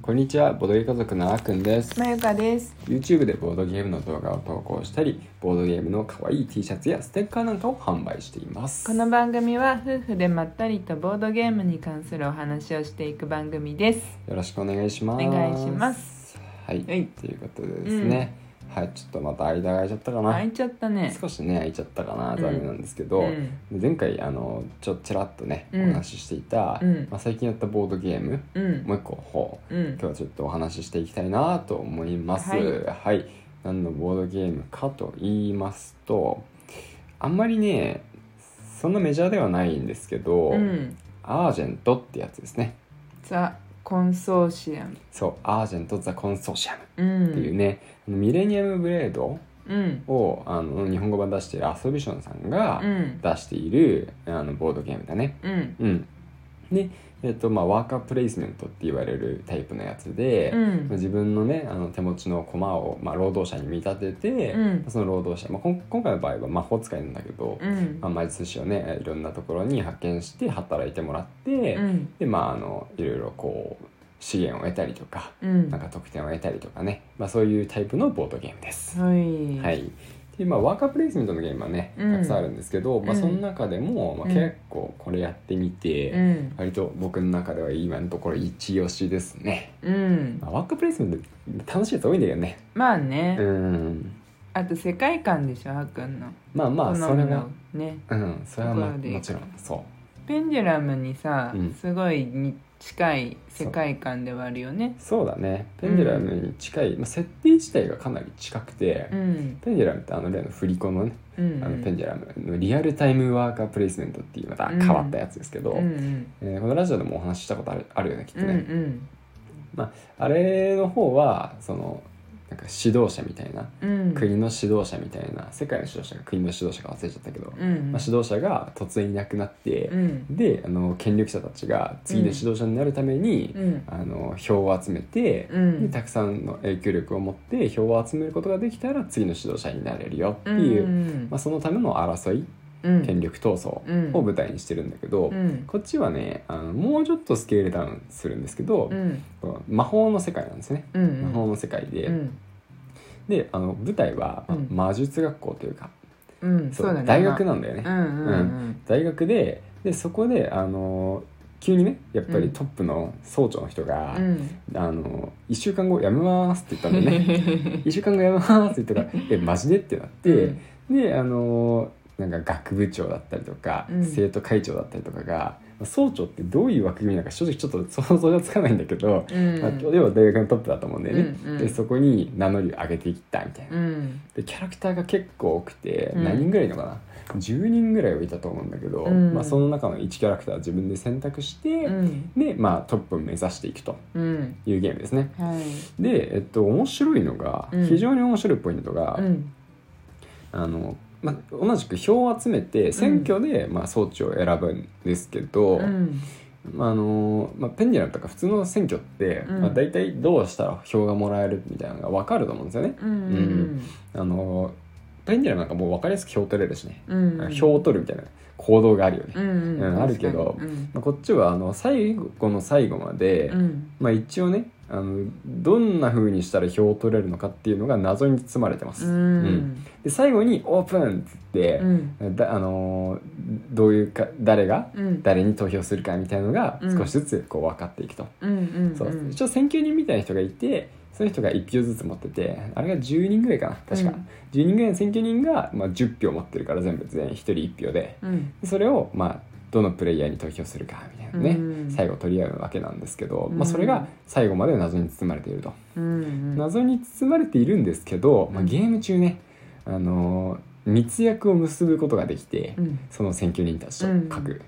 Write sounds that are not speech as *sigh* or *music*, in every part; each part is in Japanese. こんにちはボードゲー家族のあーくんですまゆかです。 YouTube でボードゲームの動画を投稿したりボードゲームの可愛い T シャツやステッカーなんかを販売していますこの番組は夫婦でまったりとボードゲームに関するお話をしていく番組です。よろしくお願いしますお願いしますはい、はいということでですね、はいちょっとまた間が空いちゃったかな、開いちゃったね。少しね空いちゃったかなうん残念なんですけど、うん前回あのちょちらっとね、うんお話ししていた、うんまあ、最近やったボードゲーム、うんもう一個ほううん今日はちょっとお話ししていきたいなと思いますははいい、何のボードゲームかと言いますとあんまりねそんなメジャーではないんですけど、うん。アージェントってやつですねザコンソーシアム。そうアージェント・ザ・コンソーシアムう。っていうんね、ミレニアム・ブレードうん。をあの日本語版出しているアソビションさんがうん。出している、あのボードゲームだね。うん。うん、で、えっとまあ、ワーカープレイスメントって言われるタイプのやつで、うん自分のねあの手持ちの駒を、まあ、労働者に見立てて、うんその労働者、まあ、こん今回の場合は魔法使いなんだけど、うんまあ、魔術師をねいろんなところに派遣して働いてもらって、うん。でまああのいろいろこう資源を得たりとか、うん。なんか得点を得たりとかね、まあ、そういうタイプのボードゲームです。はい。は。いでまあ、ワーカープレイスメントのゲームはねうんたくさんあるんですけど、まあ、うんその中でも、まあ、うん結構これやってみて、うん。割と僕の中では今のところ一押しですね、うんま。あ、ワーカープレイスメント楽しいやつ多いんだけどねまあうね。んあと世界観でしょ、はっくんの。まあまあそ好れみはのね。うんそれはまあところでもちろんそペンデュラムにさうん、すごいに近い世界観ではあるよねう。そうだねペンデュラムに近い、まあ、設定自体がかなり近くて、うん。ペンデュラムってあの例の振り子のねうん。あのペンデュラムのリアルタイムワーカープレイスメントっていうまた変わったやつですけど、うんうん。えーこのラジオでもお話ししたことあるあるよねきっとうね、んうんあれの方はそのなんか指導者みたいなうん国の指導者みたいな世界の指導者か国の指導者か忘れちゃったけど、うんうんまあ、指導者が突然いなくなってう、んであの権力者たちが次の指導者になるために、うんあの票を集めて、うんでたくさんの影響力を持って票を集めることができたら次の指導者になれるよっていう、うんまあ、そのための争いうん権力闘争を舞台にしてるんだけど、うんこっちはねあのもうちょっとスケールダウンするんですけど、うん魔法の世界なんですね。うんうん魔法の世界で、うんであの舞台は、まあうん魔術学校というか、うんそそううだね大学なんだよね、まあうんうん大学ででそこであの急にねやっぱうりんトップの総長の人が「うんうんあの1週間後やめます」って言ったんだよね *laughs* 1週間後やめますって言ったから「えマジで?」ってなって、であのなんか学部長だったりとか、うん生徒会長だったりとかが総長ってどういう枠組みなのか正直ちょっと想像がつかないんだけど、うんまあ要は大学のトップだと思うんだよね、うんうんでそこに名乗りを上げていったみたいな。うんでキャラクターが結構多くて、うん何人ぐらいいるのかな10人ぐらいはいたと思うんだけど、うんまあ、その中の1キャラクター自分で選択して、うんで、まあ、トップを目指していくとうんいうゲームですね。はいで、えっと、面白いのが、うん非常に面白いポイントが、うんあのまあ、同じく票を集めて選挙で、まあ、装置を選ぶんですけど、うんまああのまあ、ペンデュラムとか普通の選挙って、うんまあ、大体どうしたら票がもらえるみたいなのが分かると思うんですよね。うんうんあのペンデュラムなんかもう分かりやすく票取れるしね。うんうん票を取るみたいな行動があるよね、うんうんあるけど確かにうんまあこっちはあの最後の最後まで、うんまあ、一応ねあのどんな風にしたら票を取れるのかっていうのが謎に包まれてます、うんで最後に「オープン!」ってう言って、んだあのーどういうか誰がうん誰に投票するかみたいなのがうん少しずつこう分かっていくと、うんうんそううん一応選挙人みたいな人がいてその人が1票ずつ持っててあれが10人ぐらいかな確か、うん10人ぐらいの選挙人が、まあ、10票持ってるから全部全員1人1票でうんそれをまあどのプレイヤーに投票するかみたいなね、うん最後取り合うわけなんですけど、うんまあ、それが最後まで謎に包まれていると、うんうん謎に包まれているんですけど、まあ、ゲーム中ね、あのー密約を結ぶことができて、うんその選挙人たちとうん各、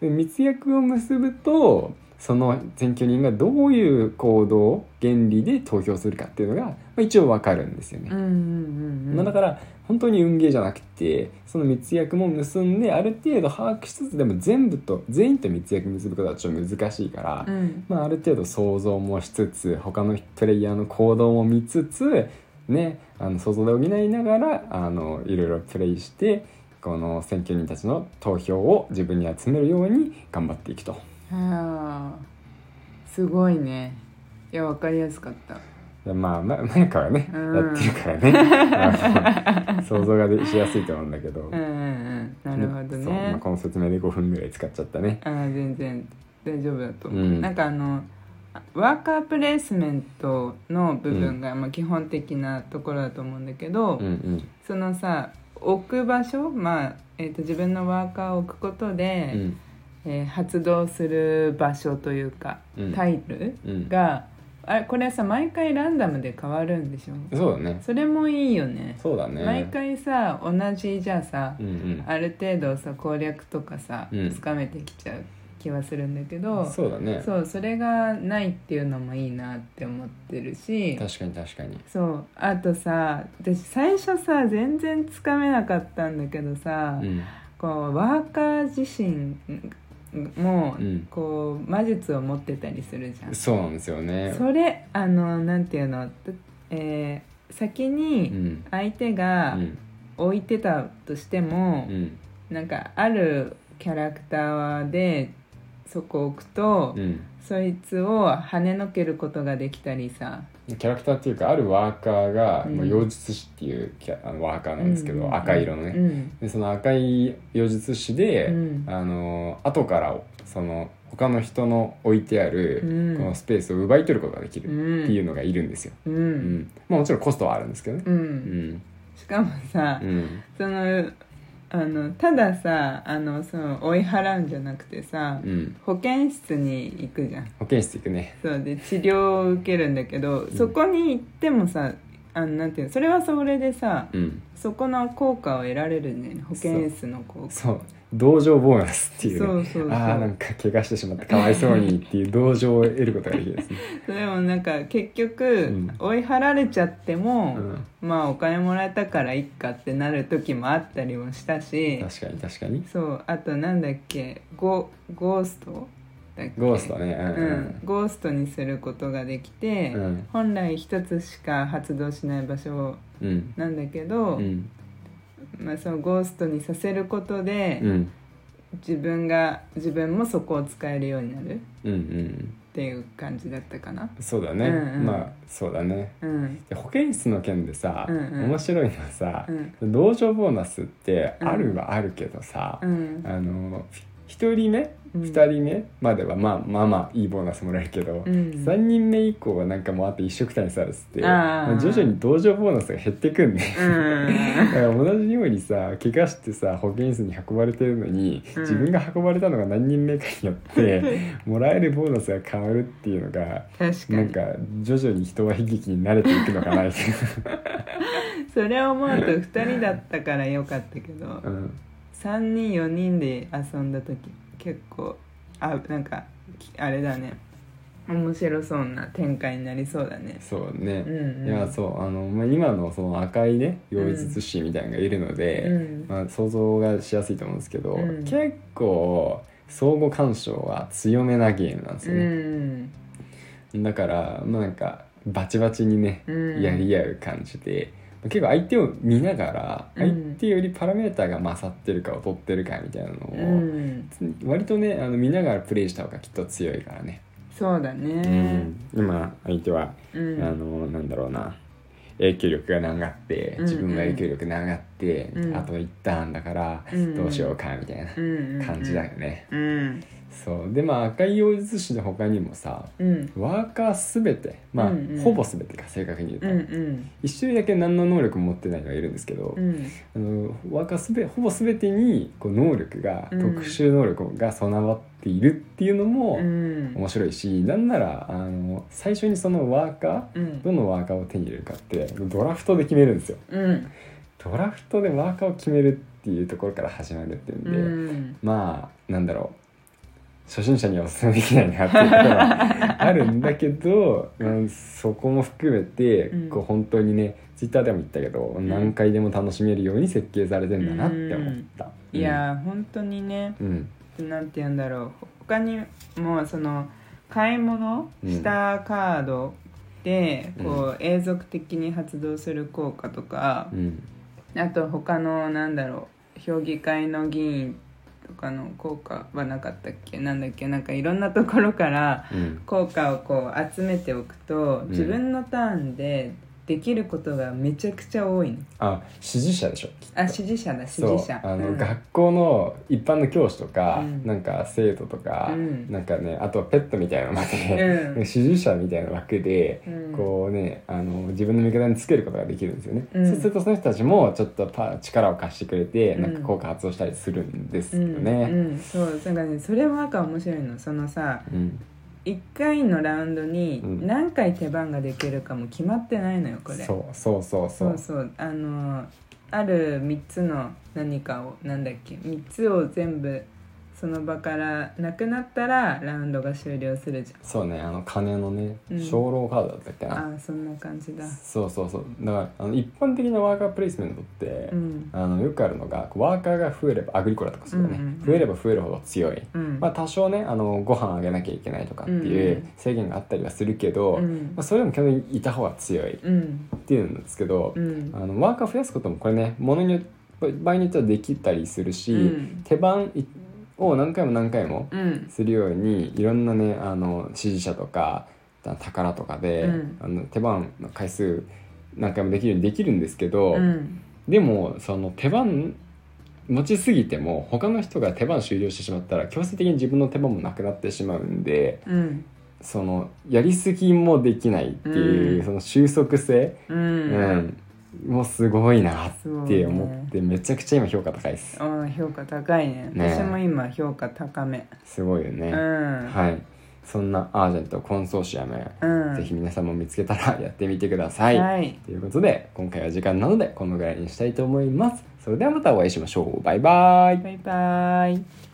で密約を結ぶとその選挙人がどういう行動原理で投票するかっていうのが、まあ、一応わかるんですよね、うんうんうんまあ、だから本当に運ゲーじゃなくてその密約も結んである程度把握しつつでも全部と全員と密約結ぶことはちょっと難しいから、うんまあ、ある程度想像もしつつ他のプレイヤーの行動も見つつ、ね、あの想像で補いながらあのいろいろプレイしてこの選挙人たちの投票を自分に集めるように頑張っていくと。はあすごいねいやわかりやすかったでまあま前からね、うんやってるから *laughs* ねあの想像がでしやすいと思うんだけど、うんうんうんなるほどそうまあねこの説明で5分ぐらい使っちゃったねあー全然大丈夫だと思う、うんなんかあのワーカープレイスメントの部分が、まあ、基本的なところだと思うんだけど、うんうんそのさ置く場所、まあえー、と自分のワーカーを置くことうで、んえー発動する場所というか、うんタイルうんがあれこれはさ毎回ランダムで変わるんでしょそうだねそれもいいよねそうだね毎回さ同じじゃあさ、うんある程度さ攻略とかさうんつかめてきちゃう気はするんだけうど、んそうだねそうそれがないっていうのもいいなって思ってるし確かに確かにそうあとさ私最初さ全然つかめなかったんだけどさ、うんこうワーカー自身も、うんこう魔術を持ってたりするじゃん。そうなんですよねそれあのなんていうの、えー先うにん相手うがん置いてたとしても、うんなんかあるキャラクターでそこを置くと、うんそいつを跳ねのけることができたりさキャラクターっていうかあるワーカーが、うんもう妖術師っていうキャあのワーカーなんですけど、う赤色のね、うんでその赤い妖術師で、うんあの後からその他の人の置いてあうるんこのスペースを奪い取ることができるうんっていうのがいるんですよ、ううんんまあ、もちろんコストはあるんですけどねううんんしかもさ、うんそのあのたださあのその追い払うんじゃなくてさ、うん保健室に行くじゃん保健室行くねそうで治療を受けるんだけど、そこに行ってもさあのなんていうのそれはそれでさ、うんそこの効果を得られるんだよね保健室の効果そう同情ボーナスっていう,、ね、そうそうそうああなんか怪我してしまってかわいそうにっていう同情を得ることができるんですね、でもなんか結局、ん追い払われちゃっても、うんまあお金もらえたからいっかってなる時もあったりもしたし確かに確かにそうあとなんだっけゴゴーストだっけゴーストねううんん、ゴーストにすることができて、うん本来一つしか発動しない場所うんなんだけど、うんまあ、そのゴーストにさせることで、うん自分が自分もそこを使えるようになるっうんうんていう感じだったかな。そうだね、うんうんまあそうだねうん、で保健室の件でさ、うんうん面白いのはさ、うん同情ボーナスってうんあるはあるけどさ、うんあの1人目うん2人目まではまあまあまあいいボーナスもらえるけど、うん3人目以降はなんかもうあと一緒くたにされてて、あーまあ徐々に同情ボーナスが減ってくんね、う *laughs* だんから同じようにさ怪我してさ保健室に運ばれてるのに、うん自分が運ばれたのが何人目かによって *laughs* もらえるボーナスが変わるっていうのが確かなんにか徐々に人は悲劇に慣れていくのかなみたいそれを思うと2人だったからよかったけどな、うん、 3人4人で遊んだ時結構あなんかきあれだね面白そうな展開になりそうだねそうね、うんうんいやそうあの、まあ、今のその赤いね妖術師みたいなのがいるので、うんまあ、想像がしやすいと思うんですけど、うん結構相互干渉は強めなゲームなんですうよね、んだからまあなんかバチバチにね、うんやり合う感じで結構相手を見ながら相うん手よりパラメーターが勝ってるか劣ってるかみたいなのを、うん割とねあの見ながらプレイした方がきっと強いからね、そうだうねん、今相手は、うんあのなんだろうな影響力が長ってうん自分が影響力長って、うんあと1ターンだからうんどうしようかみたいな感感じだよね、うんそうでまあ赤い妖術師の他にもさうんワーカー全てまあ、うんうんほぼ全てか正確に言ううと、んうん一種類だけ何の能力も持ってないのがいるんですけど、うんあのワーカーすべほぼ全てにこう能力が、うん特殊能力が備わっているっていうのも、うん面白いしなんならあの最初にそのワーカうーんどのワーカーを手に入れるかってドラフトで決めるんですようんドラフトでワーカーを決めるっていうところから始まるっていうんで、うんまあなんだろう初心者にはおすすめできないなっていうところ *laughs* はあるんだけど、うん、そこも含めて、うんこう本当にねツイッターでも言ったけど、ん何回でも楽しめるように設計されてんだなって思った、うん、いやー本当にねうんなんて言うんだろう他にもその買い物したカードで、うんこう永続的に発動する効果とかう、んあと他のなんだろう評議会の議員とかの効果はなかったっけなんだっけなんかいろんなところからうん効果をこう集めておくとん自分のターンでできることがめちゃくちゃ多いの、あ支持者でしょきっとあ支持者だ支そう持者あの、うん学校の一般の教師とか、うんなんか生徒とか、うんなんかねあとはペットみたいなのまで、 *laughs* うん支持者みたいな枠で、うんこうねあの自分の味方につけることができるんですよね、うんそうするとその人たちもちょっとパ力を貸してくれて、うんなんか効果発動したりするんですうよんうねん、そうだからねそれもなんか面白いのそのさうん、 1回のラウンドにうん何回手番ができるかも決まってないのよこれそうそうそうそそううそうあのある3つの何かをなんだっけ3つを全部その場からなくなったらラウンドが終了するじそうねあの金のねうん鐘楼カードだったっけゃな、んああそんな感じだそうそうそうだからあの一般的なワーカープレイスメントって、うんあのよくあるのがこうワーカーが増えればアグリコラとかそうだね、うんうんうん増えれば増えるほど強い、うんまあ、多少ねあのご飯あげなきゃいけないとかっていうんううん制限があったりはするけど、うんまあ、それでも基本的にいた方が強いっうんていうんですけど、うんあのワーカー増やすこともこれねものによ場合によってはできたりするし、うん手番を何回も何回もうんするようにいろんなねあの支持者とか宝とかで、うんあの手番の回数何回もできるようにできるんですけど、うんでもその手番持ちすぎても他の人が手番終了してしまったら強制的に自分の手番もなくなってしまうんでうんそのやりすぎもできないっていう、うんその収束性、ううんんもうすごいなっそうてね思って、めちゃくちゃ今評価高いですああ評価高いねねえ私も今評価高めすごいよね、うんはいそんなアージェントコンソーシアム、うんぜひ皆さんも見つけたらやってみてください、はいということで今回は時間なのでこのぐらいにしたいと思いますそれではまたお会いしましょうバイバイバイバイ